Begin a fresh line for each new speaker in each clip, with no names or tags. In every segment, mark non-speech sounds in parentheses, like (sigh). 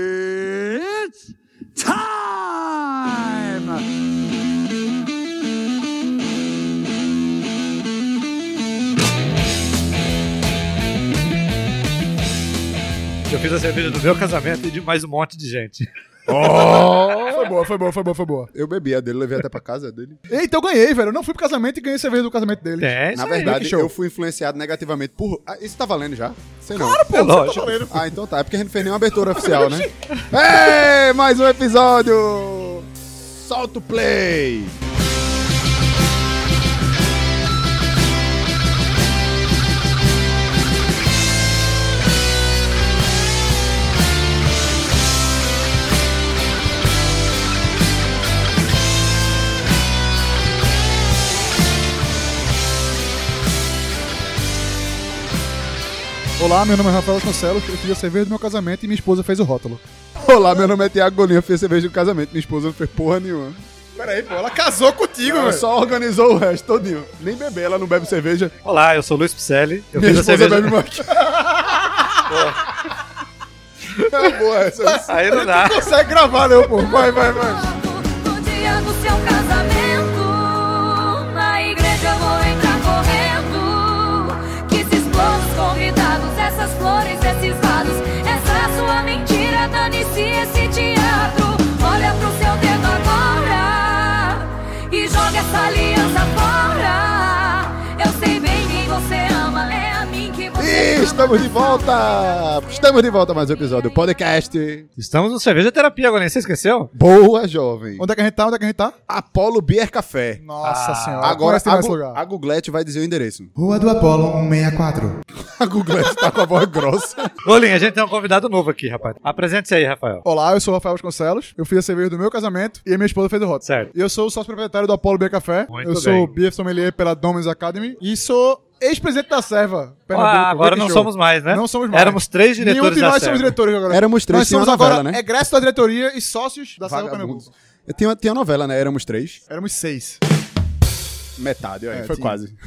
It's time!
Eu fiz a cerveja do meu casamento e de mais um monte de
(laughs)
gente.
Foi boa, foi boa, foi boa, foi boa.
Eu bebi a dele, levei até pra casa dele.
Então ganhei, velho. Eu não fui pro casamento e ganhei cerveja do casamento dele.
É,
Na
isso aí.
verdade,
que show.
eu fui influenciado negativamente por. Ah, isso tá valendo já? Sei não.
É lógico.
Ah, então tá. É porque a gente não fez nenhuma abertura oficial, né? Ei, mais um episódio! Solta o play!
Olá, meu nome é Rafael Concelos, eu fiz a cerveja do meu casamento e minha esposa fez o rótulo.
Olá, meu nome é Tiago Golinho, eu fiz cerveja do casamento. Minha esposa não fez porra nenhuma.
Peraí, pô, ela casou contigo,
Ela só organizou o resto todinho. Nem beber, ela não bebe cerveja.
Olá, eu sou o Luiz Picelli. Eu
Minha
fiz a
esposa
cerveja. (laughs)
bebe maqui. (laughs) É boa essa.
Aí não dá.
Consegue gravar, não, pô. Vai, vai, vai.
No dia do seu casamento, na igreja eu vou entrar correndo. Que esses planos convidados, essas flores, esses vasos, essa sua mentira, dane-se esse teatro. Olha pro seu dedo agora e joga essa aliança fora. Eu sei bem quem você ama, é a mim que você
E
ama.
estamos de volta! Estamos de volta a mais um episódio do podcast
Estamos no cerveja terapia agora, hein? você esqueceu?
Boa Jovem.
Onde é que a gente tá? Onde é que a gente tá?
Apolo Beer Café.
Nossa senhora.
Ah, Agora
Agora tem
a,
mais
Gu-
lugar.
a Googlete vai dizer o endereço.
Rua do Apolo
(laughs)
164.
A Googlete tá com a voz grossa.
Olhem, a gente tem um convidado novo aqui, rapaz. Apresente-se aí, Rafael.
Olá, eu sou o Rafael Vasconcelos. Eu fiz a cerveja do meu casamento e a minha esposa fez o rótulo.
Certo.
E eu sou o sócio proprietário do Apolo B Café.
Muito
eu sou
bem.
Beer Sommelier pela Domens Academy e sou ex-presidente da Serva. Pernambuco.
Ah, agora
Vem
não
que show.
somos mais, né?
Não somos mais.
Éramos três
Nenhum
diretores
de
da
nós
Serra.
somos diretores agora.
Éramos três,
Nós
tinha
somos
uma
agora
novela, né?
egressos da diretoria e sócios
Tá
da Serra Pernambuco.
Tinha, tinha uma novela, né? Éramos três.
Éramos seis.
Metade, olha.
É,
foi
tinha.
quase. (laughs)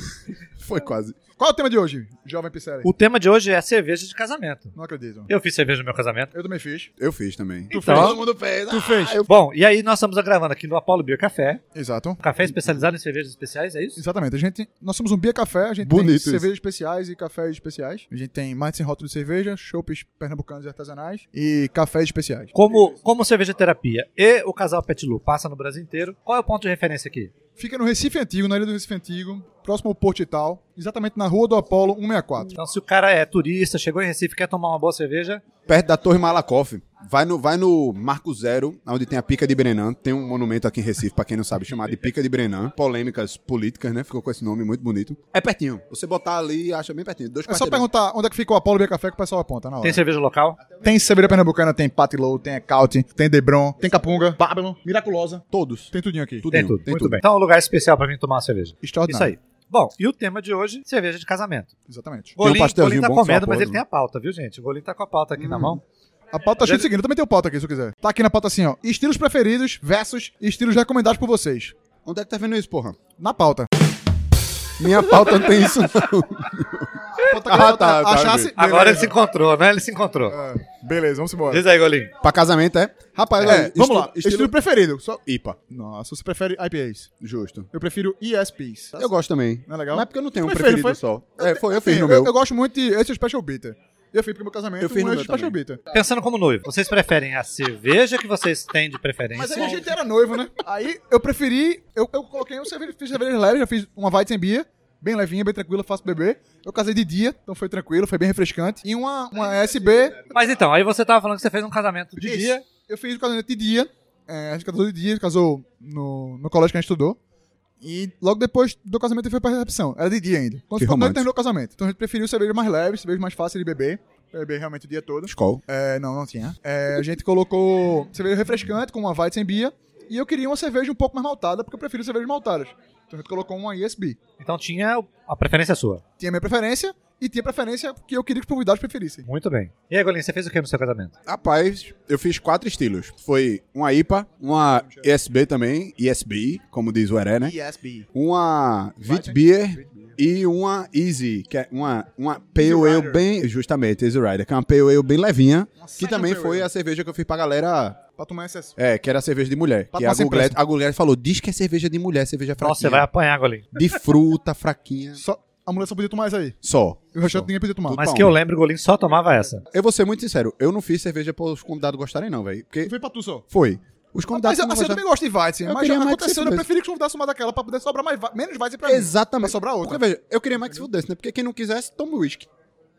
Foi quase.
Qual é o tema de hoje, jovem Pisselli?
O tema de hoje é a cerveja de casamento.
Não acredito.
Eu fiz cerveja no meu casamento.
Eu também fiz.
Eu fiz também.
Então,
mundo fez. Ah,
Tu fez?
bom, e aí nós estamos gravando aqui no Apollo Beer Café.
Exato.
Um café especializado em cervejas especiais, é isso?
Exatamente. A gente, nós somos um Bia Café, a gente
Bonito
tem
isso.
cervejas especiais e cafés especiais. A gente tem mais de 100 rótulos de cerveja, chopes pernambucanos e artesanais e cafés especiais.
Como, como cerveja terapia e o casal Pet Lu passa no Brasil inteiro, qual é o ponto de referência aqui?
Fica no Recife Antigo, na Ilha do Recife Antigo, próximo ao Porto Ital, exatamente na Rua do Apolo 164.
Então, se o cara é turista, chegou em Recife, quer tomar uma boa cerveja,
Perto da Torre Malakoff. Vai no, vai no Marco Zero, onde tem a Pica de Brenan. Tem um monumento aqui em Recife, pra quem não sabe, chamado de Pica de Brenan. Polêmicas políticas, né? Ficou com esse nome muito bonito. É pertinho. Você botar ali, acha bem pertinho. Dois
É só
quarteirões.
perguntar onde é que fica o Apolo Bia Café que o pessoal aponta na hora.
tem cerveja local?
Tem cerveja pernambucana, tem Patilow, tem Ecaute, tem Debron, tem Capunga, Babylon, Miraculosa.
Todos.
Tem tudinho aqui.
Tudo.
Tem
Tem,
tudo.
tem
Muito
tudo.
bem. Então é um lugar especial pra mim tomar uma cerveja. Isso
Extraordinário.
aí. Bom, e o tema de hoje, cerveja de casamento.
Exatamente.
O Golim,
um pastelzinho
Golim tá
bom Hum. que
comendo,
só
mas
pode, né?
ele tem a pauta, viu, gente? O Golim tá com a pauta aqui na mão.
A pauta tá cheia do seguinte, eu também tenho pauta aqui, se eu quiser. Tá aqui na pauta assim, ó. Estilos preferidos versus estilos recomendados por vocês.
Onde é que tá vendo isso, porra?
Na
Ah,
pauta.
tá, Minha pauta não tem isso,
(laughs)
não.
pauta que
Ah,
eu
tá, tá,
achasse...
beleza.
Agora ele
Beleza.
se encontrou, né? Ele se encontrou.
É, Beleza, vamos embora.
Diz aí, Golim.
pra casamento é. Rapaz,
É,
olha,
vamos
estu-
lá. Estilo, preferido. Só...
IPA.
Nossa, você prefere IPAs?
Justo.
Eu prefiro ESPs.
Eu gosto também.
Não é legal?
Mas porque eu não tenho um
Foi
preferido
feio,
só. É, foi, eu
Assim,
fiz no meu.
Eu, gosto muito de esse é o Special Bitter. Eu fiz pro meu casamento
Eu fiz
um
no
esse
meu
Special Bitter.
Pensando como noivo, vocês preferem a cerveja que vocês têm de
Mas
preferência?
aí a gente era noivo, né? Aí eu preferi... Eu, eu coloquei um cerveja, fiz cerveja leve, já fiz uma Weizen Beer. Bem levinha, bem tranquila, fácil beber. Eu casei de dia, então foi tranquilo, foi bem refrescante. E uma, uma SB
Mas então, aí você tava falando que você fez um casamento de
Isso.
dia.
Eu fiz o casamento de dia. É, a gente casou de dia, casou no, no colégio que a gente estudou. E logo depois do casamento ele foi pra recepção. Era de dia ainda. Quando
Que
ficou
romântico.
noite, terminou o casamento. Então a gente preferiu cerveja mais leve, cerveja mais fácil de beber. Beber realmente o dia todo.
Skol.
É, não, não tinha. É, a gente colocou cerveja refrescante com uma Weizen Bia. E eu queria uma cerveja um pouco mais maltada, porque eu prefiro cervejas maltadas. Então a gente colocou uma ISB.
Então tinha a preferência sua.
Tinha a minha preferência e tinha preferência que eu queria que os convidados preferissem.
Muito bem. E aí, Golinho, você fez o que no seu casamento?
Rapaz, eu fiz quatro estilos. Foi uma IPA, uma ESB também, ESB, como diz o Heré, né?
ESB.
Uma Witbier e uma Easy, que é uma, uma Pale Ale bem... Justamente, Easy Rider, que é uma Pale Ale bem levinha, que
Second
também
Pale
foi
Ale.
a cerveja que eu fiz pra galera...
Pra tomar excesso.
É, que era a cerveja de mulher.
Pra
que a
passar
Guglietti-
impresso.
a Guglietti falou, diz que é cerveja de mulher, cerveja fraquinha.
Nossa, você vai apanhar, Golinho.
De fruta, fraquinha.
Só, a mulher só podia tomar isso aí.
Só.
E o restante ninguém podia tomar.
Tudo.
Mas
Bom.
que eu lembro, o Golinho só tomava essa.
Eu vou ser muito sincero, eu não fiz cerveja para os convidados gostarem, não, velho. Porque
E foi pra tu só.
foi. Os
Mas
convidados.
eu,
não
assim, eu
gostaram.
também gosto de Weizen,
Eu
mas
queria
já
mais que
aconteceu,
se
eu
fudesse.
preferi que os convidados tomar daquela pra poder sobrar mais, Weizen- menos Weizen pra mim.
Exatamente.
Pra sobrar outra.
Porque, veja, eu queria mais que se fudesse, né? Porque quem não quisesse, toma uísque.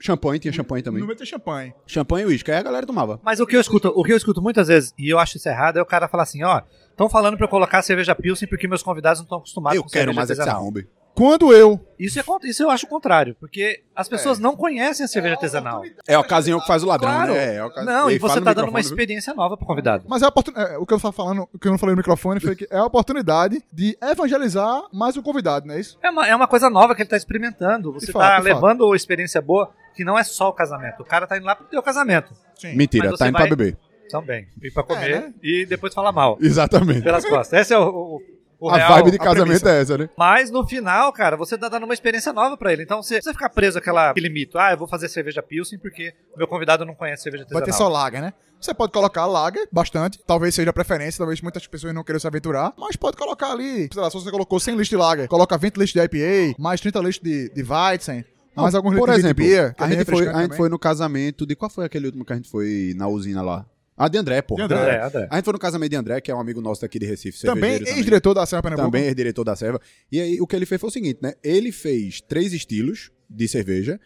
Champanhe, tinha champanhe também.
Não vai ter champanhe.
Champanhe e uísque. Aí a galera tomava.
Mas o que eu escuto, o que eu escuto muitas vezes, e eu acho isso errado, é o cara falar assim, ó, estão falando pra eu colocar cerveja Pilsen porque meus convidados não estão acostumados
eu
com
quero
cerveja
mais essa
artesanal.
hombre.
Quando eu
Isso, é, con- isso eu acho o contrário, porque as pessoas não conhecem a cerveja artesanal.
É a ocasião que faz o ladrão,
Claro.
né? É, a ocasi-
Não, e
Ei,
você
fala
tá
no
dando uma
microfone, viu?
experiência nova pro convidado.
Mas é a oportun- é, o que eu tava falando, o que eu não falei no microfone foi que é a oportunidade de evangelizar mais um convidado, não é isso?
É uma, é uma coisa nova que ele tá experimentando. Você
De fato,
tá
de fato.
levando uma experiência boa, que não é só o casamento. O cara tá indo lá pro teu casamento
Sim.
Mentira,
Mas
tá
você
indo pra
vai-
(laughs) beber.
também. E pra comer
É, né?
e depois falar mal.
Exatamente.
Pelas costas. Essa é o, o, o
a
real-
vibe de
a
casamento
premissa.
é essa, né?
Mas no final, cara, você tá dando uma experiência nova pra ele. Então você você ficar preso àquela, àquele mito. Ah, eu vou fazer cerveja Pilsen porque meu convidado não conhece cerveja
Vai
artesanal.
ter só lager, né? Você pode colocar lager bastante, talvez seja a preferência, talvez muitas pessoas não queiram se aventurar, mas pode colocar ali, sei lá, se você colocou 100 litros de lager, coloca 20 litros de IPA, mais 30 litros de, de Weizen, mais alguns
Por
litros
exemplo,
de beer, que é
a
bem
gente, foi,
refrescante
a gente
também.
foi no casamento de. Qual foi aquele último que a gente foi na usina lá? Ah, de André, pô.
De André.
André, é, André.
A gente foi no casamento de André, que é um amigo nosso daqui de Recife,
Também
cervejeiro
ex-diretor da Serra Pernambuco.
também é diretor da serva. E aí o que ele fez foi o seguinte, né? Ele fez três estilos de cerveja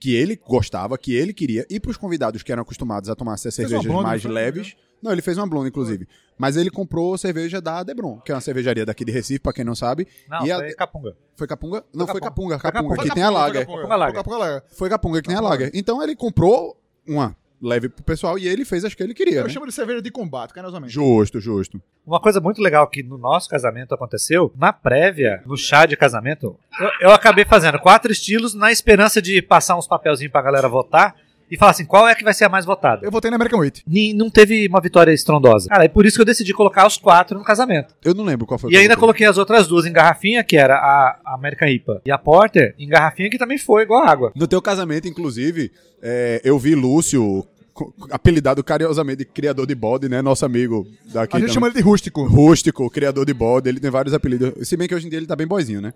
que ele gostava, que ele queria, e pros convidados que eram acostumados a tomar essas
Fez uma
cervejas
blonde,
mais
não foi?
leves. Não, ele fez uma blonde, inclusive. Mas ele comprou cerveja da Debron, que é uma cervejaria daqui de Recife, pra quem não sabe.
Não, é
e a-
foi Capunga.
Foi Capunga? Não, foi Capunga.
Capunga.
Capunga,
Foi
que tem a Lager.
Capunga Lager.
Capunga Lager.
Foi Capunga que tem a Lager. Então ele comprou uma leve pro pessoal e ele fez as que ele queria.
Eu
né?
chamo de cerveja de combate, é carinhosamente.
Justo, justo.
Uma coisa muito legal que no nosso casamento aconteceu, na prévia, no chá de casamento, eu, eu acabei fazendo quatro estilos na esperança de passar uns papelzinhos pra galera votar e falar assim, qual é que vai ser a mais votada?
Eu votei na American Wheat.
E não teve uma vitória estrondosa. Cara, é por isso que eu decidi colocar os quatro no casamento.
Eu não lembro qual foi.
E ainda
colocou.
coloquei as outras duas em garrafinha, que era a a American IPA e a Porter, em garrafinha que também foi igual água.
No teu casamento, inclusive, é, eu vi Lúcio, co- apelidado carinhosamente de criador de bode, né? Nosso amigo daqui.
A
também.
gente chama ele de rústico.
Rústico, criador de bode, ele tem vários apelidos. Se bem que hoje em dia ele tá bem boizinho, né?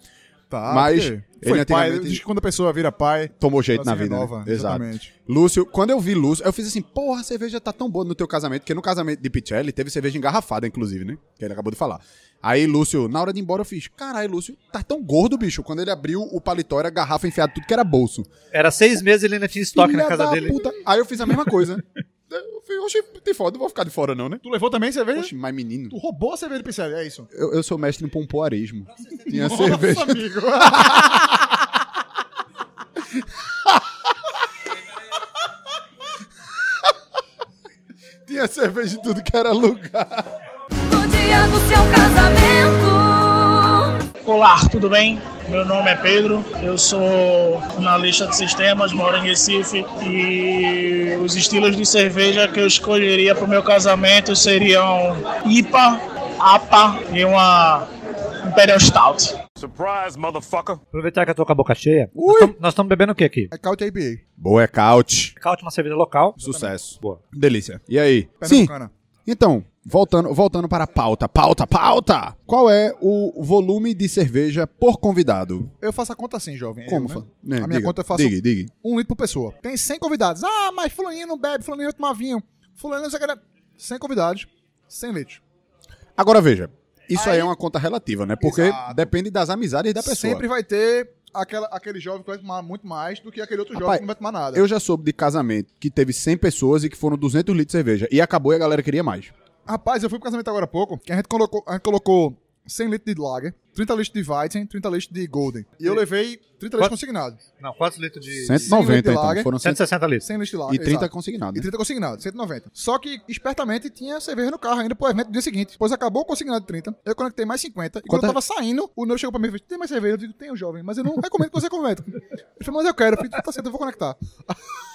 Tá,
Mas
porque
ele
foi pai.
antigamente-
Diz que quando a pessoa vira pai,
Tomou jeito
ela
na
se
vida.
renova,
né? Exato.
exatamente.
Lúcio, quando eu vi Lúcio, eu fiz assim, porra, a cerveja tá tão boa no teu casamento, porque no casamento de Pichelli teve cerveja engarrafada, inclusive, né? Que ele acabou de falar. Aí, Lúcio, na hora de ir embora, eu fiz, caralho, Lúcio, tá tão gordo, bicho. Quando ele abriu o paletó, era garrafa enfiada, tudo que era bolso.
Era seis meses ele ainda tinha estoque
Filha
na casa
da
dele.
puta. Aí eu fiz a mesma coisa. Eu falei, oxe, tem foda, não vou ficar de fora não, né?
Tu levou também cerveja?
Oxe, mas menino,
Tu roubou a cerveja do Picelli, é isso.
eu, eu sou mestre em pompoarismo. Tinha
Nossa,
É cerveja.
amigo.
Tinha cerveja de tudo que era lugar.
No dia do seu casamento,
Olá, tudo bem? Meu nome é Pedro, eu sou analista de sistemas, moro em Recife e os estilos de cerveja que eu escolheria para o meu casamento seriam IPA, APA e uma Imperial Stout.
Surprise, motherfucker.
Aproveitar que eu tô com a boca cheia. Nós tamo- Nós estamos bebendo o que aqui?
É Couch IPA.
Boa, é caute.
Caute, uma cerveja local.
Sucesso.
Boa.
Delícia. E aí? Sim,
Pernambucana.
então, voltando, voltando para a pauta, pauta, pauta. Qual é o volume de cerveja por convidado?
Eu faço a conta assim, jovem.
Como?
eu,
fa- né,
né? A minha
diga.
conta eu faço
Diga, diga.
um litro por pessoa. Tem 100 convidados. Ah, mas fulaninho não bebe, fulaninho não toma vinho. Fulaninho não sei o que. né? 100 convidados, 100 litros.
Agora veja, isso aí, é uma conta relativa, né? Porque
Exato.
depende das amizades da Tá pessoa.
Sempre vai ter aquela, aquele jovem que vai tomar muito mais do que aquele outro jovem
Rapaz,
que não vai tomar nada.
Eu já soube de casamento que teve 100 pessoas e que foram 200 litros de cerveja. E acabou e a galera queria mais.
Rapaz, eu fui pro casamento agora há pouco, que a gente colocou, a gente colocou 100 litros de lager, 30 litros de Weizen, 30 litros de Golden. E eu levei 30 litros
Quanto?
consignados.
Não, quantos litros de.
190,
lager.
então. Foram 100
160 litros.
100 litros de lager.
e 30
exato.
consignados.
E
né?
30 consignados, 190. Só que, espertamente, tinha cerveja no carro ainda pro evento do dia seguinte. Pois acabou o consignado de 30, eu conectei mais 50. E quando
Quanto
eu
é?
tava saindo, o Neu chegou pra mim e fez: Tem mais cerveja? Eu digo: Tenho, jovem, mas eu não recomendo que você cometa. Ele falou: Mas eu quero. Eu falei: Tá certo, eu vou conectar. (laughs)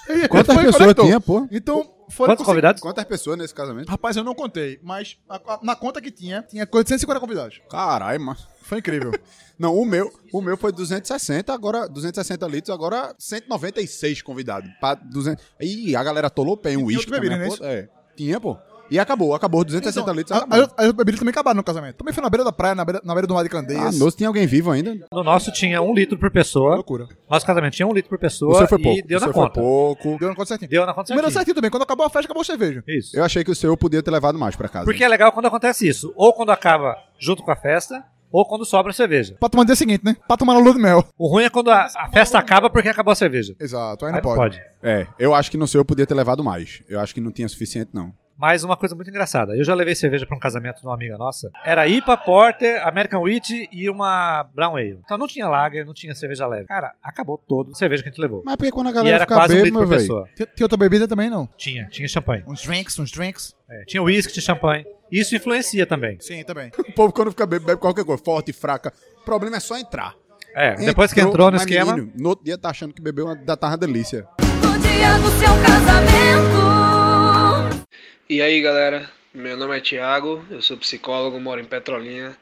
Ele
Quantas
foi e
pessoas
conectou.
tinha, pô?
Então, foram
Quantos
consignados.
convidados?
Quantas pessoas nesse casamento?
Rapaz, eu não contei, mas a- a- na conta que tinha, tinha coisa de 150 convidados.
Caralho, mas...
Foi incrível.
(laughs) Não, o meu, o meu foi 260, agora 260 litros, agora 196 convidados. Pra 200... Ih, a galera tolou pé, um
tinha
uísque
outra
também.
bebida,
pô. É. Tinha, pô. E acabou, acabou 260
Então,
litros,
a-
acabou.
a- As bebidas também acabaram no casamento. Também foi na beira da praia, na beira, na beira do mar de
Ah,
Candeias.
meu, se tinha alguém vivo ainda?
No nosso tinha um litro por pessoa.
Loucura.
Nosso casamento tinha um litro por pessoa.
O seu foi
e
pouco.
deu
o seu
na
foi
conta.
pouco.
Deu na conta certinho.
Deu na conta
Mas deu
certinho.
certinho também. Quando acabou a festa, acabou a cerveja.
Isso.
Eu achei que o seu podia ter levado mais pra casa.
Porque é legal quando acontece isso. Ou quando acaba junto com a festa, ou quando sobra a cerveja.
Pra tomar no dia seguinte, né? Pra tomar na lua de mel.
O ruim é quando a, a festa acaba porque acabou a cerveja.
Exato, aí não
Aí
pode.
É, eu acho que no seu podia ter levado mais. Eu acho que não tinha suficiente, não.
Mas uma coisa muito engraçada. Eu já levei cerveja pra um casamento de uma amiga nossa. Era IPA, Porter, American Wheat e uma Brown Ale. Então não tinha lager, não tinha cerveja leve. Cara, acabou todo a cerveja que a gente levou.
Mas porque quando a
E
galera
era
fica
quase um litro
bêbada,
por
velho.
pessoa.
Tem, tem outra bebida também, não?
Tinha, tinha champanhe.
Uns drinks, uns drinks.
É, tinha whisky, tinha champanhe. Isso influencia também.
Sim, também.
O povo quando fica bêbado, bebe qualquer coisa, forte, fraca. O problema é só entrar.
É, depois que entrou no
mas,
esquema.
menino, no outro dia tá achando que bebeu uma da tarra delícia.
No dia do seu casamento.
E aí galera, meu nome é Thiago, eu sou psicólogo, moro em Petrolina.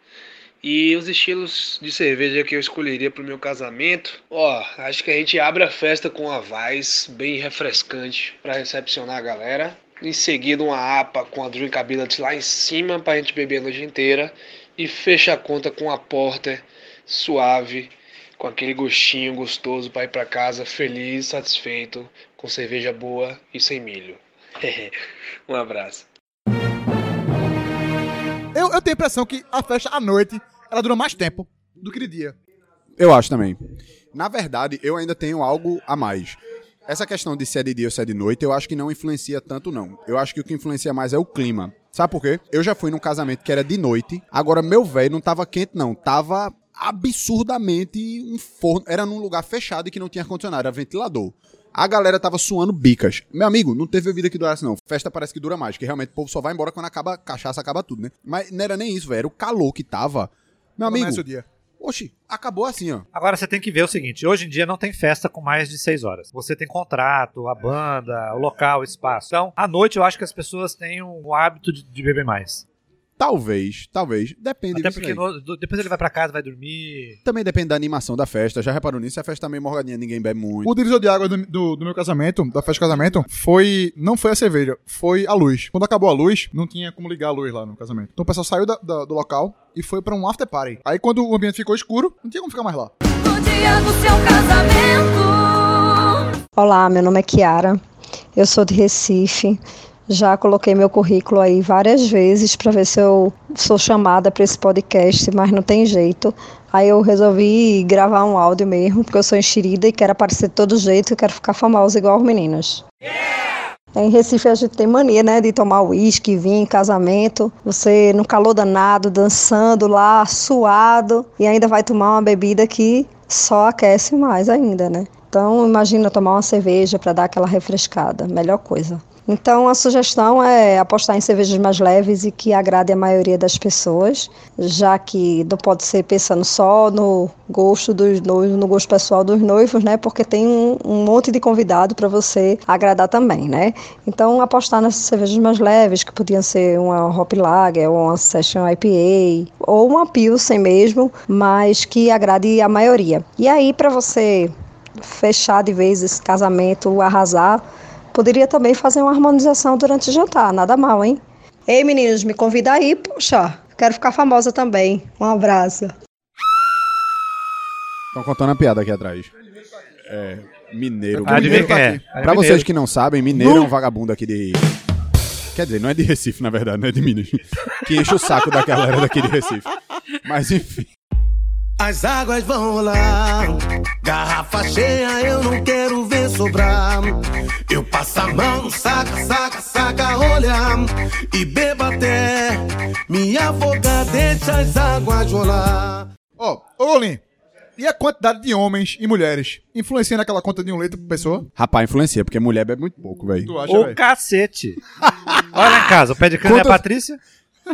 E os estilos de cerveja que eu escolheria pro meu casamento? Ó, acho que a gente abre a festa com uma Weiss bem refrescante pra recepcionar a galera. Em seguida, uma APA com a Drink Ability lá em cima pra gente beber a noite inteira. E fecha a conta com a Porter suave, com aquele gostinho gostoso pra ir pra casa feliz, satisfeito, com cerveja boa e sem milho. (laughs) um abraço.
Eu, eu tenho a impressão que a festa à noite, ela dura mais tempo do que de dia.
Eu acho também. Na verdade, eu ainda tenho algo a mais. Essa questão de se é de dia ou se é de noite, eu acho que não influencia tanto, não. Eu acho que o que influencia mais é o clima. Sabe por quê? Eu já fui num casamento que era de noite. Agora, meu velho não tava quente, não. Tava absurdamente um forno. Era num lugar fechado e que não tinha ar-condicionado, era ventilador. A galera tava suando bicas. Meu amigo, não teve bebida que durasse, não. Festa parece que dura mais, que realmente o povo só vai embora quando acaba, a cachaça acaba tudo, né? Mas não era nem isso, velho. Era o calor que tava. Meu amigo,
Começa o dia.
oxi, acabou assim, ó.
Agora você tem que ver o seguinte: hoje em dia não tem festa com mais de seis horas. Você tem contrato, a banda, o local, o espaço. Então, à noite eu acho que as pessoas têm o hábito de, de beber mais.
Talvez, talvez. Depende
Até
disso
porque
aí.
no- do- depois ele vai pra casa, vai dormir.
Também depende da animação da festa. Já reparou nisso? Se a festa tá meio morgadinha, ninguém bebe muito.
O divisor de água do, do- do meu casamento, da festa de casamento, foi. Não foi a cerveja, foi a luz. Quando acabou a luz, não tinha como ligar a luz lá no casamento. Então o pessoal saiu da- da- do local e foi pra um after party. Aí quando o ambiente ficou escuro, não tinha como ficar mais lá.
No dia do seu casamento.
Olá, meu nome é Kiara, eu sou de Recife. Já coloquei meu currículo aí várias vezes para ver se eu sou chamada para esse podcast, mas não tem jeito. Aí eu resolvi gravar um áudio mesmo, porque eu sou enxerida e quero aparecer de todo jeito e quero ficar famosa igual os meninos. Em Recife a gente tem mania, né, de tomar uísque, vinho, em casamento. Você no calor danado, dançando lá, suado, e ainda vai tomar uma bebida que só aquece mais ainda, né? Então imagina tomar uma cerveja para dar aquela refrescada, melhor coisa. Então a sugestão é apostar em cervejas mais leves e que agrade a maioria das pessoas, já que não pode ser pensando só no gosto dos noivos, no gosto pessoal dos noivos, né? Porque tem um, um monte de convidado para você agradar também, né? Então apostar nas cervejas mais leves, que podiam ser uma Hop Lager ou uma Session IPA ou uma Pilsen mesmo, mas que agrade a maioria. E aí para você fechar de vez esse casamento, arrasar, poderia também fazer uma harmonização durante o jantar, nada mal, hein? Ei, meninos, me convida aí, poxa, quero ficar famosa também. Um abraço.
Estão contando a piada aqui atrás. É, mineiro.
Ah, Adivinha
mineiro
quem
tá
é?
aqui.
Adivinha
Pra vocês
mineiro.
que não sabem, mineiro é um vagabundo aqui de... Quer dizer, não é de Recife, na verdade, não é de Minas. Que enche o saco da galera daqui de Recife. Mas enfim.
As águas vão rolar, garrafa cheia eu não quero ver sobrar. Eu passo a mão, saca, saca, saca, olha e bebo até me se afogar, deixa as águas rolar.
Ó, ô Golim, e a quantidade de homens e mulheres influenciando aquela conta de um litro por pessoa?
Rapaz, influencia, porque mulher bebe muito pouco, velho.
Tu acha,
Ô
velho?
cacete. (laughs) Olha lá em casa, o pé de cana é a
Quantas-
Patrícia.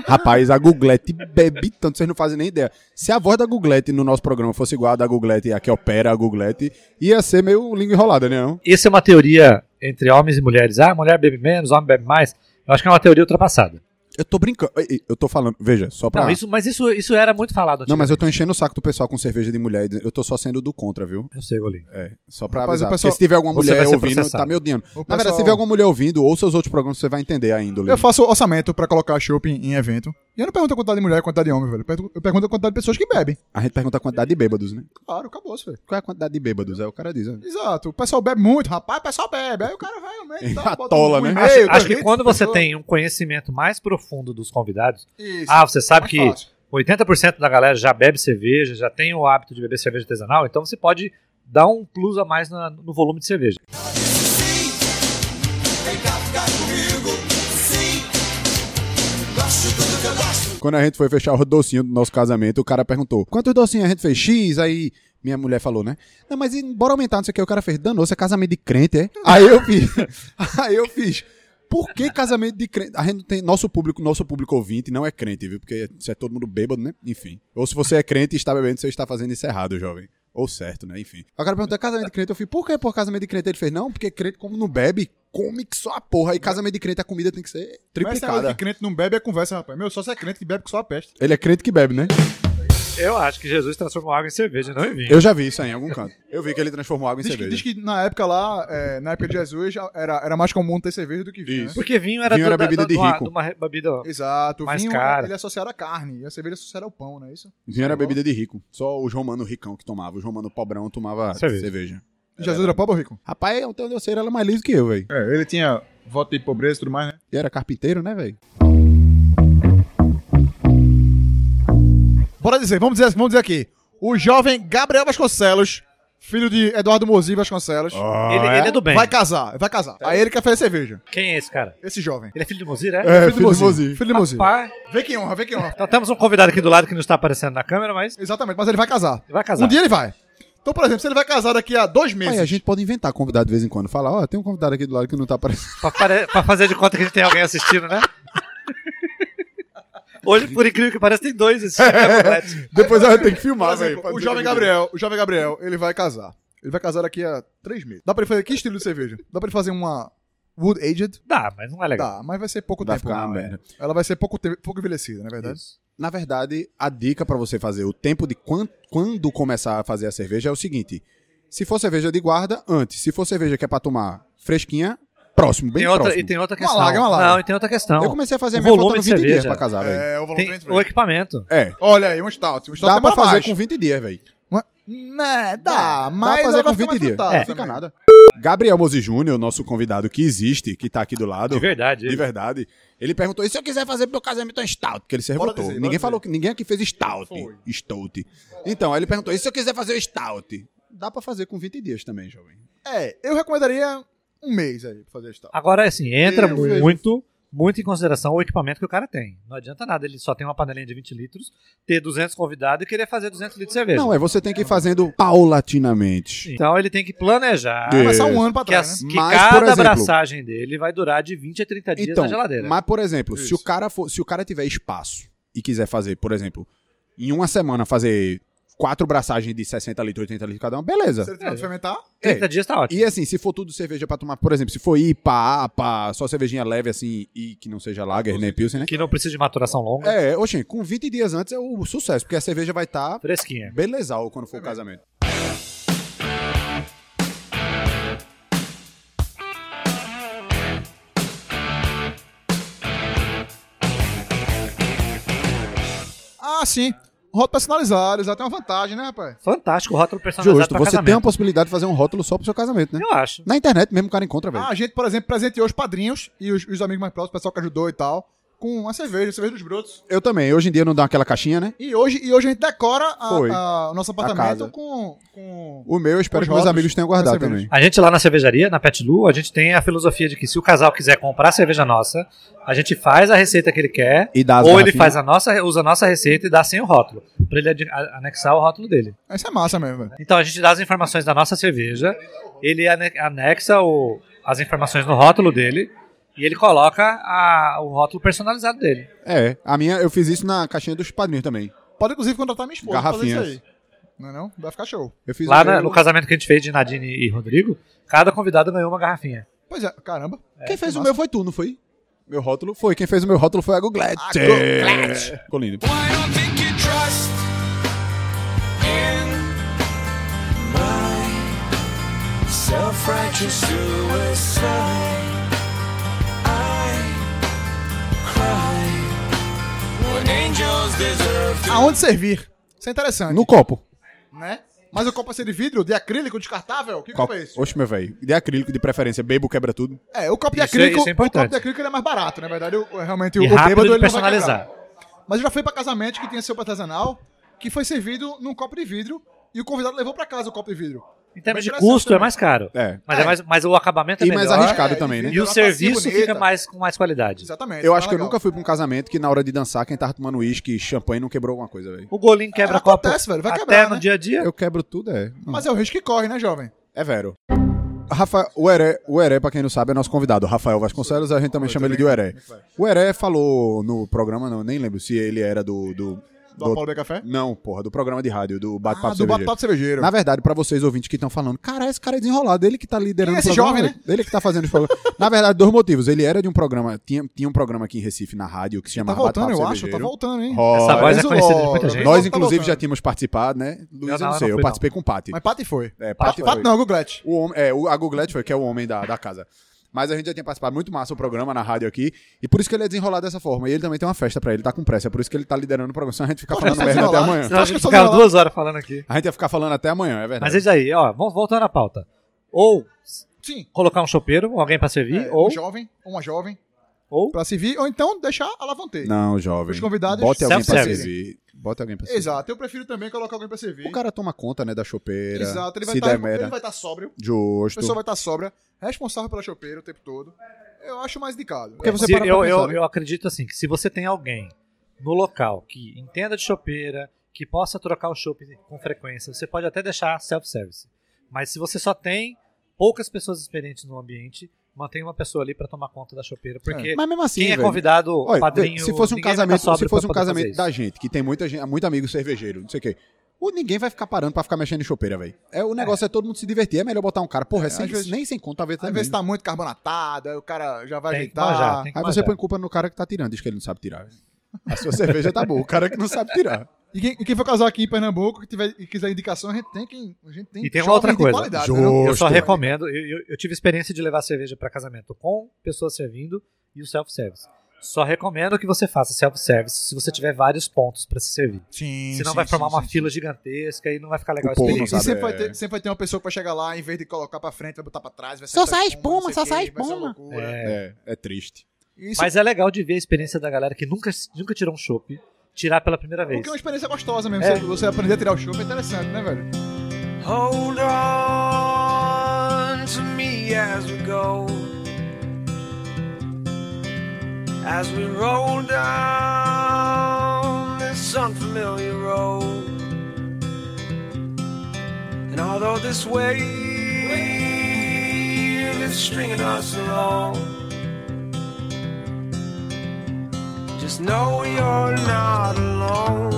Rapaz, a Guglete bebe tanto, vocês não fazem nem ideia. Se a voz da Guglete no nosso programa fosse igual a da Guglete, a que opera a Guglete, ia ser meio língua enrolada, né? Não?
Essa é uma teoria entre homens e mulheres. Ah, mulher bebe menos, homem bebe mais. Eu acho que é uma teoria ultrapassada.
Eu tô brincando, Ei, ei, eu tô falando, veja, só pra...
Não, isso, mas isso, isso era muito falado.
Tá. Não, mas eu tô enchendo o saco do pessoal com cerveja de mulher, eu tô só sendo do contra, viu?
Eu sei, Golim.
É, só pra
Rapaz,
avisar,
o pessoal-
porque se tiver alguma
Você vai
mulher
ser
ouvindo,
processado.
tá me odiando.
O
Na verdade,
pessoal-
se tiver alguma mulher ouvindo, ouça os outros programas, você vai entender a índole.
Eu faço orçamento pra colocar shopping em evento. E eu não pergunto a quantidade de mulher e a quantidade de homem, velho. Eu pergunto- Eu pergunto a quantidade de pessoas que bebem.
A gente pergunta a quantidade de bêbados, né?
Claro, acabou-se, velho.
Qual é a quantidade de bêbados? É, o cara diz, ó.
Exato. O pessoal bebe muito, rapaz, o pessoal bebe. Aí o cara vai (laughs) realmente. Tá, bota
Atola, né?
Acho,
e-mail, dois
acho que
litros,
quando você
pessoa-
tem um conhecimento mais profundo dos convidados,
Isso. É
ah, você sabe
mais
que
fácil.
80% da galera já bebe cerveja, já tem o hábito de beber cerveja artesanal, então você pode dar um plus a mais na- no volume de cerveja.
Quando a gente foi fechar o docinho do nosso casamento, o cara perguntou: quantos docinhos a gente fez? X, aí. Minha mulher falou, né? Não, mas e- bora aumentar, não sei o que. O cara fez, danou, você é casamento de crente, é? Aí eu fiz. (laughs) aí eu fiz. Por que casamento de crente? A gente não tem. Nosso público, nosso público ouvinte não é crente, viu? Porque se é todo mundo bêbado, né? Enfim. Ou se você é crente e está bebendo, você está fazendo isso errado, jovem. Ou certo, né? Enfim. Aí O cara perguntou, é casamento de crente? Eu fiz, por que por casamento de crente? Ele fez, não, porque crente, como não bebe, come que só a porra. E casamento de crente, a comida tem que ser
Mas essa coisa
triplicada.
que crente não bebe é conversa, rapaz. Meu sócio é crente que bebe com só a peste.
Ele é crente que bebe, né?
Eu acho que Jesus transformou água em cerveja, não em vinho.
Eu já vi isso aí em algum canto. Eu vi que ele transformou água em
Diz que,
cerveja.
diz que na época lá, é, na época de Jesus, já era, era mais comum ter cerveja do que vinho.
Isso.
Né?
Porque vinho era,
Vinho
do-
era
da-
bebida
da-
de
de uma-
rico.
de uma bebida
Exato. O
Mais
vinho
cara.
ele é associado à carne e a cerveja é associada ao pão, não é isso?
Vinho era bebida de rico. Só os romanos ricão que tomava. Os romanos pobrão tomava
Cerveja.
cerveja.
Jesus era pobre ou rico?
Rapaz, até onde eu sei, ele era mais liso que eu, velho.
É, ele tinha voto de pobreza e tudo mais, né?
E era carpinteiro, né, velho?
Bora dizer, vamos dizer, vamos dizer aqui. O jovem Gabriel Vasconcelos, filho de Eduardo Mozzi Vasconcelos,
Ah,
Ele, ele é do bem.
vai casar, vai casar. Aí ele quer fazer cerveja.
Quem é esse cara?
Esse jovem.
Ele é filho de Mozir, é?
É, filho de Mozi.
Filho de Mozzi.
Pá.
Vê que honra, vê que honra.
Então temos um convidado aqui do lado que não está aparecendo na câmera, mas
Exatamente, mas ele vai casar.
ele vai casar.
Um dia ele vai. Então, por exemplo, se ele vai casar daqui a dois meses.
Aí a gente pode inventar convidado de vez em quando. Falar, ó, tem um convidado aqui do lado que não tá
(laughs)
aparecendo.
Pra, pare- pra fazer de conta que a gente tem alguém assistindo, né? Hoje, por incrível que pareça, tem dois assistindo. né, Moleque?
Depois a gente tem que
Por
filmar,
exemplo, o jovem Gabriel, o jovem Gabriel, ele vai casar. Ele vai casar daqui a três meses. Dá pra ele fazer que estilo de cerveja? Dá pra ele fazer uma wood aged?
Dá, mas não é legal.
Dá, mas vai ser pouco
Vai
tempo.
ficar uma
né?
merda.
Ela vai ser pouco, te- pouco envelhecida, na verdade.
Na verdade, a dica pra você fazer o tempo de quan- quando começar a fazer a cerveja é o seguinte. Se for cerveja de guarda, antes. Se for cerveja que é pra tomar fresquinha, próximo, bem
Tem outra,
próximo.
e tem outra
Uma
questão.
larga, uma larga.
Não, e tem outra questão.
Eu comecei a fazer
O
a minha
volume
faltando
de
20 dias
cerveja.
pra casar, velho.
É, o valor
Tem o equipamento.
É.
Olha aí, um stout. Um stout
Dá pra
demora
fazer
mais.
com 20 dias, velho.
Uma- Né, dá, mas
pra fazer
ela
com
vai ficar
20
mais
dias.
frutada
É.
também.
Fica nada. Gabriel Mose Júnior, nosso convidado que existe, que tá aqui do lado.
De verdade.
De verdade. Ele perguntou: e se eu quiser fazer pro meu casamento um stout? Porque ele se
Bora
revoltou.
dizer, bora
ninguém falou
dizer.
que ninguém aqui fez stout.
Foi.
Stout. Então, aí ele perguntou: e se eu quiser fazer um stout? Dá pra fazer com 20 dias também, jovem.
É, eu recomendaria um mês aí pra fazer stout.
Agora, assim, entra
Eu vejo.
muito, muito em consideração o equipamento que o cara tem. Não adianta nada, ele só tem uma panelinha de 20 litros, ter 200 convidados e querer fazer 200 litros de cerveja.
Não, é você tem que ir fazendo paulatinamente.
Então ele tem que planejar
É.
Começar um ano pra
que,
trás,
as-
né?
que
Mas, por
cada
exemplo-
abraçagem dele vai durar de 20 a 30 é dias na geladeira.
Então, Mas, por exemplo, se
Isso.
o, cara for, se o cara tiver espaço e quiser fazer, por exemplo, em uma semana fazer quatro braçagens de 60 litros, 80 litros cada uma,
Se
beleza.
ele tiver que fermentar,
30
É.
dias tá ótimo.
E assim, se for tudo cerveja pra tomar, por exemplo, se for IPA, APA, só cervejinha leve assim e que não seja lager, nem pilsen, né?
Que não precisa de maturação longa.
É, oxe, com 20 dias antes é o sucesso, porque a cerveja vai estar tá
Fresquinha.
belezal quando
Tá
for o casamento.
ah, sim. Rota personalizada, exato. É uma vantagem, né, rapaz?
Fantástico, rótulo personalizado
Justo,
pra
você tem a
Tá, casamento.
possibilidade de fazer um rótulo só pro seu casamento, né?
Eu acho.
Na internet mesmo o cara encontra, velho.
Ah, a gente, por exemplo, presenteou os padrinhos e os, os amigos mais próximos, o pessoal que ajudou e tal. com uma cerveja, cerveja dos brotos.
Eu também. Hoje em dia não dá aquela caixinha, né?
E hoje, e hoje a gente decora a-
Foi.
a- o nosso
casa.
apartamento com, com.
O meu, eu espero
Os
que meus
rótulos
amigos tenham guardado
das cervejas.
também.
A gente lá na cervejaria, na Pet Lu, a gente tem a filosofia de que se o casal quiser comprar cerveja nossa, a gente faz a receita que ele quer,
E dá as
ou ele
garrafinhas.
faz a nossa, usa a nossa receita e dá sem o rótulo, pra ele ad- a- anexar o rótulo dele.
Isso é massa mesmo, velho.
Então a gente dá as informações da nossa cerveja, ele ane- anexa o- as informações no rótulo dele e ele coloca a- o rótulo personalizado dele.
É, a minha, eu fiz isso na caixinha dos padrinhos também.
Pode inclusive contratar minha esposa pra fazer isso
Garrafinhas.
aí. Não é não? Vai ficar show.
Eu fiz
Lá
o meu-
na- no casamento que a gente fez de Nadine e Rodrigo, cada convidado ganhou uma garrafinha.
Pois é, caramba.
Quem fez
que
o
massa.
meu foi tu, não foi? Meu rótulo foi. Quem fez o meu rótulo foi a Googlete.
A Googlete.
Ficou lindo.
Self-righteous suicide.
Aonde servir? Isso é interessante,
No copo.
né? Mas o copo é ser de vidro, de acrílico, descartável? Que copo
copo.
é esse?
Oxe, meu velho. De acrílico, de preferência. Bebo quebra tudo.
É, o copo de
Isso é-
acrílico,
isso é
o copo
importante.
de acrílico ele é mais barato, na verdade, o, realmente o,
E
o
rápido
bêbado
de
ele não vai
personalizar.
quebrar. Mas eu já fui pra casamento que tinha seu artesanal, que foi servido num copo de vidro e o convidado levou pra casa o copo de vidro.
Em termos de
Bem interessante
custo, é
também.
mais caro.
É.
Mas, é mais, mas o acabamento é
E
melhor.
mais arriscado
É,
também, né?
difícil.
E o
Ela tá
serviço
assim,
fica
bonita.
mais, com mais qualidade.
Exatamente.
Eu
tá
acho que eu
legal.
nunca fui pra um casamento que na hora de dançar, quem tava tomando uísque e champanhe não quebrou alguma coisa, velho.
O golinho quebra copo
Acontece, velho, vai
até
quebrar,
no
né?
dia a dia.
Eu quebro tudo, é. Não.
Mas é o risco que corre, né, jovem?
É vero. Rafa, o Heré, o Heré, pra quem não sabe, é nosso convidado. O Rafael Vasconcelos, a gente também chama ele de Heré. O Heré falou no programa, não, nem lembro se ele era do. Do,
Do
do-
Apolo B Café? Ah,
Não, porra, do programa de rádio, do Bate Papo
do
Cervejeiro.
Bate-Papo Cervejeiro.
Na verdade, pra vocês ouvintes que estão falando, cara, esse cara é desenrolado, ele que tá liderando
Quem é
o
esse
programa.
jovem, né?
Ele que tá fazendo os
(laughs)
programas. Na verdade, dois motivos. Ele era de um programa, tinha, tinha um programa aqui em Recife na rádio que se
Tá
chamava
voltando,
Bate
eu
Papo
acho, tá
Cervejeiro.
voltando, hein?
Ó,
Essa voz é
Lorenzo
conhecida de
Ló,
muita gente.
Nós,
tá
inclusive, já
voltando.
tínhamos participado, né? Luiz, eu
não,
não
eu
sei,
não
eu
fui,
participei com o Pati.
Mas Pati foi.
É, Pati
Pati,
foi.
Pati não, Guglete.
O homem, é, o, a Googlete foi, que é o homem da, da casa. Mas a gente já tinha participado muito massa o programa na rádio aqui. E por isso que ele é desenrolado dessa forma. E ele também tem uma festa pra ele, tá com pressa. É por isso que ele tá liderando o programa. Senão a gente fica
Pô,
falando
tá
merda até
desenrolado.
amanhã.
Senão a
acho
gente
que eu sou
ficava
desenrolado.
duas horas falando aqui.
A gente ia ficar falando até amanhã, é verdade.
Mas é isso aí, ó. Vamos voltando à pauta. Ou
Sim.
colocar um chopeiro, alguém pra servir,
É,
ou
Um jovem, ou uma jovem,
Ou-
pra servir, ou então deixar a lavantei.
Não, jovem.
Os convidados-
Bote alguém pra
Self-service.
servir. Bote alguém pra servir.
Exato, eu prefiro também colocar alguém pra servir.
O cara toma conta, né, da chopeira.
Exato, ele vai
se der merda.
estar tá sóbrio, a
Justo.
pessoa vai estar sóbria, responsável pela chopeira o tempo todo. Eu acho mais indicado.
Porque você
Se-
para pra
eu,
pensar,
eu,
né?
eu acredito assim, que se você tem alguém no local que entenda de chopeira, que possa trocar o chopp com frequência, você pode até deixar self-service. Mas se você só tem poucas pessoas experientes no ambiente, mantém uma pessoa ali pra tomar conta da chopeira, porque
Mas mesmo assim,
quem é
velho,
convidado,
Olha,
padrinho,
se fosse um
ninguém vai
casamento,
tá sóbrio
se fosse um
pra poder fazer
casamento
isso.
da gente, que tem muita gente, muito amigo cervejeiro, não sei o quê. O ninguém vai ficar parando pra ficar mexendo em chopeira, velho. É, o negócio é. todo mundo se divertir. É melhor botar um cara, porra, é sem-
às vezes-
nem sem conta, talvez
Às
também.
vezes tá muito carbonatado, aí o cara já vai
Tem que
ajeitar.
manjar, tem que
Aí você
é.
manjar.
põe culpa no cara que tá tirando, diz que ele não sabe tirar. A sua cerveja tá boa, o cara que não sabe tirar.
E quem, e quem for casar aqui em Pernambuco, que tiver, e quiser indicação, a gente tem quem. A gente tem
E tem uma
jovens
outra
de
coisa.
qualidade,
Justo.
né, não?
Eu só
Gosto,
recomendo. Eu, eu- eu tive experiência de levar cerveja para casamento com pessoas servindo e o self-service. Só recomendo que você faça self-service se você tiver vários pontos para se servir.
Sim,
Senão
sim,
vai formar
sim,
uma
sim,
fila gigantesca e não vai ficar legal a
O povo não
E
experiência.
sabe,
sempre,
é.
vai ter, sempre vai ter uma pessoa que vai chegar lá, em vez de colocar pra frente, vai botar pra trás. Vai só sai espuma, só sai espuma.
É,
É.
é triste.
Isso
Mas é legal de ver a experiência da galera que nunca, nunca tirou um chopp tirar pela primeira vez.
Porque é uma experiência gostosa mesmo.
É.
Você, você aprender a tirar o chope é interessante, né, velho?
Hold on to me as we go. As we roll down this unfamiliar road. And although this wave is stringing us along, just know you're not alone.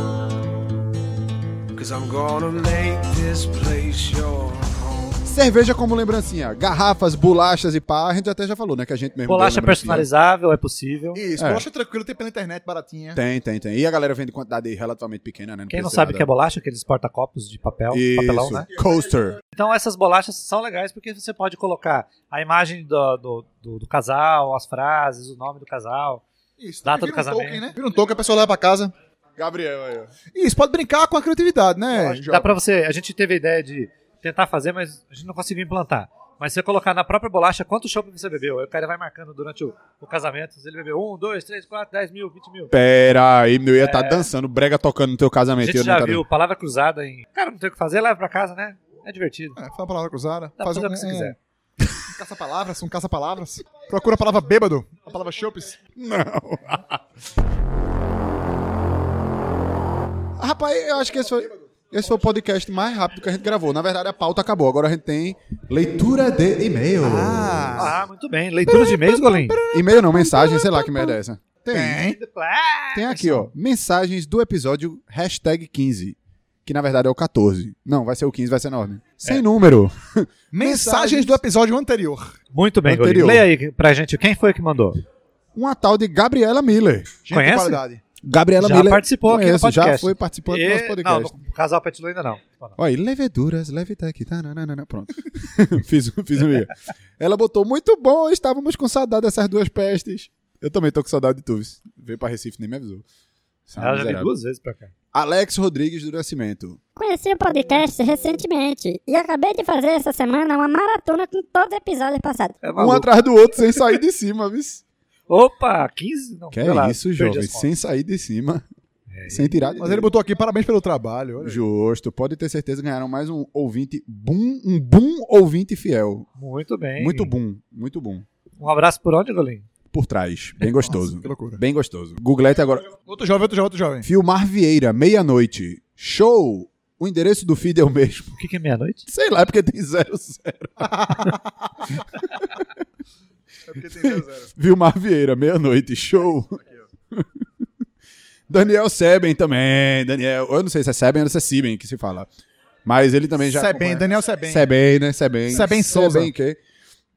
Cause I'm gonna make this place your home.
Cerveja como lembrancinha. Garrafas, bolachas e pá. A gente até já falou, né? Que a gente mesmo.
Bolacha
deu lembrancinha.
personalizável é possível.
Isso,
É.
eu acho tranquilo, tem pela internet baratinha.
Tem, tem, tem. E a galera vende quantidade relativamente pequena, né?
Quem não sabe o que é
bolacha?
bolacha, aqueles porta-copos de papel, papelão,
Isso.
né?
Coaster.
Então essas bolachas são legais porque você pode colocar a imagem do, do- do- do casal, as frases, o nome do casal.
Isso,
Data
vira
do casamento.
Um token, né? Vira um token, a pessoa leva pra casa.
Gabriel, aí, ó.
Isso, pode brincar com a criatividade, né?
É, Dá
jovem?
para você. A gente teve a ideia de tentar fazer, mas a gente não conseguiu implantar. Mas se você colocar na própria bolacha quanto chopp você bebeu, aí o cara vai marcando durante o, o casamento. Se ele bebeu um, dois, três, quatro, dez mil, vinte mil.
Pera aí, eu ia estar dançando, brega tocando no teu
É. A
casamento. e
gente
eu não
já
tá
viu palavra cruzada em. Cara, não tem o que fazer, leva pra casa, né? É divertido.
É, fala uma palavra cruzada.
Dá pra
faz
fazer
um,
o que você quiser.
Um caça-palavras, um caça-palavras. Procura a palavra bêbado, a palavra chopes.
Não. Rapaz, eu acho que esse foi, esse foi o podcast mais rápido que a gente gravou. Na verdade, a pauta acabou. Agora a gente tem leitura de e-mail.
Ah, muito bem. Leitura de e-mails, Golim.
E-mail não, mensagem, sei lá que merda é essa. Tem.
Tem.
Tem aqui, ó. Mensagens do episódio hashtag 15. Que na verdade é o 14. Não, vai ser o 15, vai ser
É.
enorme. Sem
(laughs)
número.
Mensagens do episódio anterior.
Muito bem, Golim.
Anterior.
Leia aí pra gente quem foi que mandou.
Uma tal de Gabriela Miller.
Gente,
Conhece?
qualidade.
Gabriela
Já
Miller.
participou aqui do
Conheço, Já
podcast.
foi participante do nosso
E-
podcast.
Não, no casal Petilu ainda não.
Olha, leveduras, levitec, tananana, pronto. (laughs) fiz, fiz um erro. Ela botou, muito bom, estávamos com saudade dessas duas pestes. Eu também tô com saudade de Tuves. Veio pra Recife, nem me avisou. Essa
Ela já veio
miserável.
duas vezes pra cá.
Alex Rodrigues do Nascimento.
Conheci o podcast recentemente e acabei de fazer essa semana uma maratona com todos os episódios passados.
É
Um atrás do outro, sem sair de cima, viz.
Opa, 15?
(laughs)
Não,
Que
sei lá,
é isso,
perdi as
jovem,
contas.
sem sair de cima, sem tirar de
Mas ele botou aqui parabéns pelo trabalho.
né?
olha aí.
Justo, pode ter certeza que ganharam mais um ouvinte, boom, um boom ouvinte fiel.
Muito bem.
Muito bom, muito bom.
Um abraço por onde, Golim?
Por trás, bem gostoso.
Nossa, que loucura.
Bem gostoso. Googlete agora.
Outro jovem, outro jovem, outro jovem.
Filmar Vieira, meia-noite. Show! O endereço do feed é o mesmo.
O que, que é meia-noite?
Sei lá, é porque tem 00.
É porque tem 0
Vilmar Vieira, meia-noite. Show! Daniel Seben também. Daniel, eu não sei se é Seben ou se é Siben que se fala. Mas ele também já.
Sebem,
acompanha-
Daniel Sebem.
Sebem, né? Sebem.
Sebem Souza.
Sebem que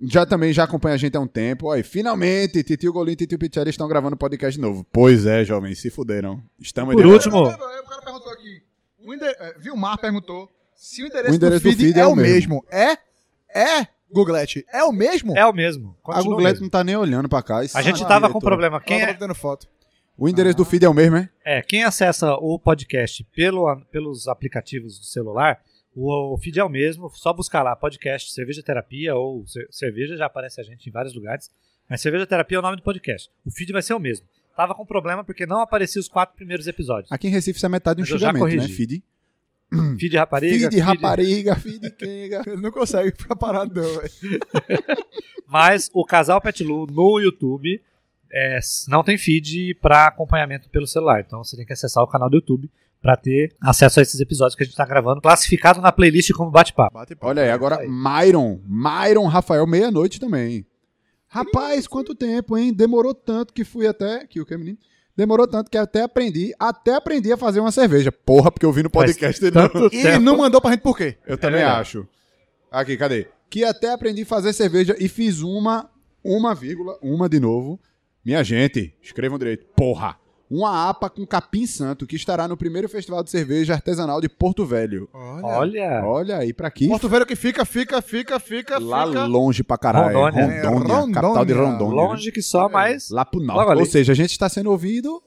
já também já acompanha a gente há um tempo. Aí, finalmente, Titio Golim e Titio Pichari estão gravando podcast de novo. Pois é, jovens, se fuderam. Estamos
Por
de-
último,
Aí O cara perguntou aqui. O ende- é, Vilmar perguntou se o endereço,
O endereço
do, feed é, o mesmo.
mesmo.
É? É, Googlete? É o mesmo?
é o mesmo.
A
Continua o
Google
mesmo.
não tá nem olhando pra cá. Isso
A
é
gente
uma
tava com um
diretora.
problema. Quem,
Ela
é-
tá dando foto. Ah.
O endereço do feed é o mesmo, é?
é, quem acessa o podcast pelo, pelos aplicativos do celular, o, o feed é o mesmo. Só buscar lá podcast Cerveja Terapia ou Ce- Cerveja, já aparece a gente em vários lugares. Mas Cerveja Terapia é o nome do podcast. O feed vai ser o mesmo. Tava com problema porque não aparecia os quatro primeiros episódios.
Aqui em Recife isso é metade de um
Mas eu já
xingamento, né?
corrigi.
Feed.
Feed rapariga.
Hum. Feed,
feed-
rapariga, feed quenga.
Ele não consegue ficar parado, não, velho.
Mas o casal Petlu no YouTube é, s- não tem feed para acompanhamento pelo celular. Então você tem que acessar o canal do YouTube para ter acesso a esses episódios que a gente está gravando, classificado na playlist como bate-papo.
Bate palma.
Olha aí, agora Myron. Myron Rafael, meia-noite também. Rapaz, quanto tempo, hein? Demorou tanto que fui até. Que o que, menino? Demorou tanto que até aprendi, até aprendi a fazer uma cerveja. Porra, porque eu vi no
Faz
podcast ele
tanto É
não.
E ele não mandou pra gente por quê?
Eu também acho. Aqui, cadê? Que até aprendi a fazer cerveja e fiz uma, uma vírgula, uma de novo. Minha gente, escrevam direito. Porra! Uma APA com capim santo que estará no primeiro festival de cerveja artesanal de Porto Velho.
Olha,
Olha aí pra aqui.
Porto Velho que fica, fica, fica, fica,
Lá
fica.
longe pra caralho.
Rondônia.
Rondônia.
É, Rondônia.
Capital de Rondônia.
longe que só,
é.
mas
Lá pro
Logo
norte.
ali.
Ou seja, a gente está sendo ouvido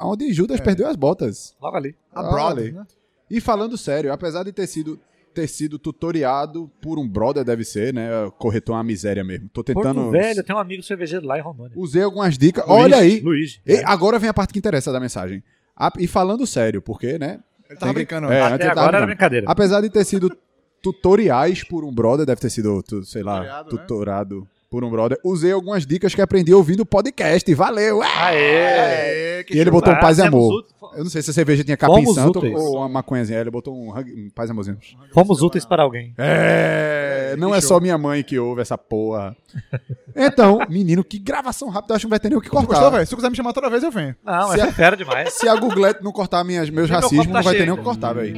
onde Judas perdeu as botas.
logo ali.
Abroad,
Olha aí.
né?
E falando sério, apesar de ter sido ter sido tutoriado por um brother, deve ser, né? Corretor é uma miséria mesmo. Tô tentando.
Porto Velho, tem um amigo cervejeiro lá em Rondônia.
Usei algumas dicas.
Luiz,
Olha aí. ah,
Luiz. É.
E agora vem a parte que interessa da mensagem. A- E falando sério, porque, né?
Ele tava
Tem que-
brincando.
É,
né?
antes
Até
eu tava
agora
brincando.
era brincadeira.
Apesar de ter sido tutoriais por um brother, deve ter sido, tu- sei lá,
Tutoriado, né?
tutorado por um brother, usei algumas dicas que aprendi ouvindo podcast. Valeu! Ah!
Aê!
É, que
E ele
show.
botou um
Ah,
paz e
temos
amor.
ut-
Eu não sei se a cerveja tinha capim
Fomos
santo
úteis.
ou uma maconhazinha. Ele botou um, hug- um paz e amorzinho.
Fomos úteis para alguém.
É, não é só minha mãe que ouve essa porra. Então, menino, que gravação rápida, acho que não vai ter nem o que
Tu Gostou,
cortar.
velho? Se tu quiser me chamar toda vez, eu venho.
Não,
Se
essa
a-
é fera demais.
Se a Googlete não cortar minhas, meus
E meu
racismos,
copo tá
não vai ter
cheio
nem o que
ainda.
cortar, velho.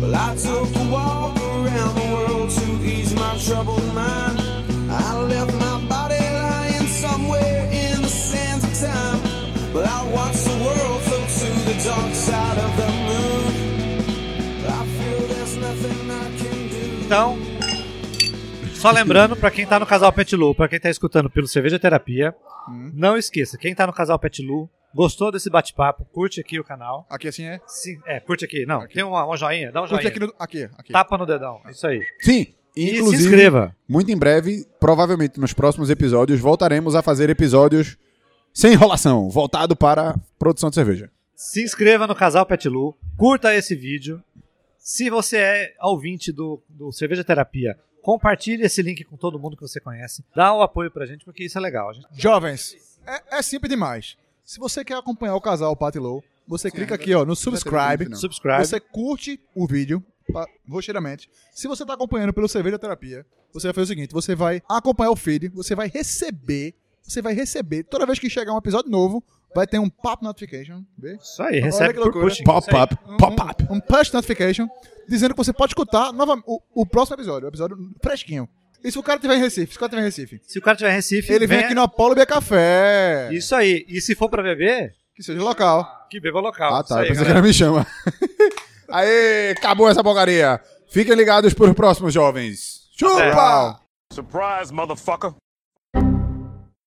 Well, I took a walk around the world to ease my troubled mind. I left my body lying somewhere in the sands of time. But I watched the world float to the dark side of the moon. I feel there's nothing I can do.
Então, Só lembrando, pra quem tá no casal Pet Lu, pra quem tá escutando pelo Cerveja Terapia,
Hum.
não esqueça, quem tá no casal Pet Lu, gostou desse bate-papo, curte aqui o canal.
Aqui assim é.
Sim, é, curte aqui. Não, tem uma- um joinha, dá um joinha.
Curte aqui, no, aqui, aqui.
Tapa no dedão, isso aí.
Sim.
e
Inclusive,
se inscreva.
muito em breve, provavelmente nos próximos episódios, voltaremos a fazer episódios sem enrolação, voltado para produção de cerveja.
Se inscreva no casal Pet Lu, curta esse vídeo. Se você é ouvinte do, do Cerveja Terapia, compartilhe esse link com todo mundo que você conhece. Dá o apoio pra gente, porque isso é legal. A gente
Jovens, é, é simples demais. Se você quer acompanhar o casal Pat Low, você clica aqui ó, no subscribe.
é Não.
subscribe.
Você curte o vídeo, pa- rocheiramente. Se você tá acompanhando pelo Cerveja Terapia, você vai fazer o seguinte: você vai acompanhar o feed, você vai receber. Você vai receber, toda vez que chegar um episódio novo, vai ter um pop notification. Vê?
Isso aí, recebe
que
por
loucura.
pushing. Isso aí. Uhum.
Pop-up, pop-up.
Um push notification dizendo que você pode escutar nova, o, o próximo episódio, o episódio fresquinho. E se o cara tiver em Recife? Se o cara tiver em Recife,
Se o cara tiver em Recife,
ele vem
venha-
aqui no Apolo Beer Café.
Isso aí. E se for pra beber,
Que seja local.
que beba local.
Ah,
Isso
tá.
aí, né?
Eu pensei que
galera.
ela me chama. (laughs) Aê, acabou essa bogaria. Fiquem ligados para os próximos jovens. Chupa!
Surprise, motherfucker.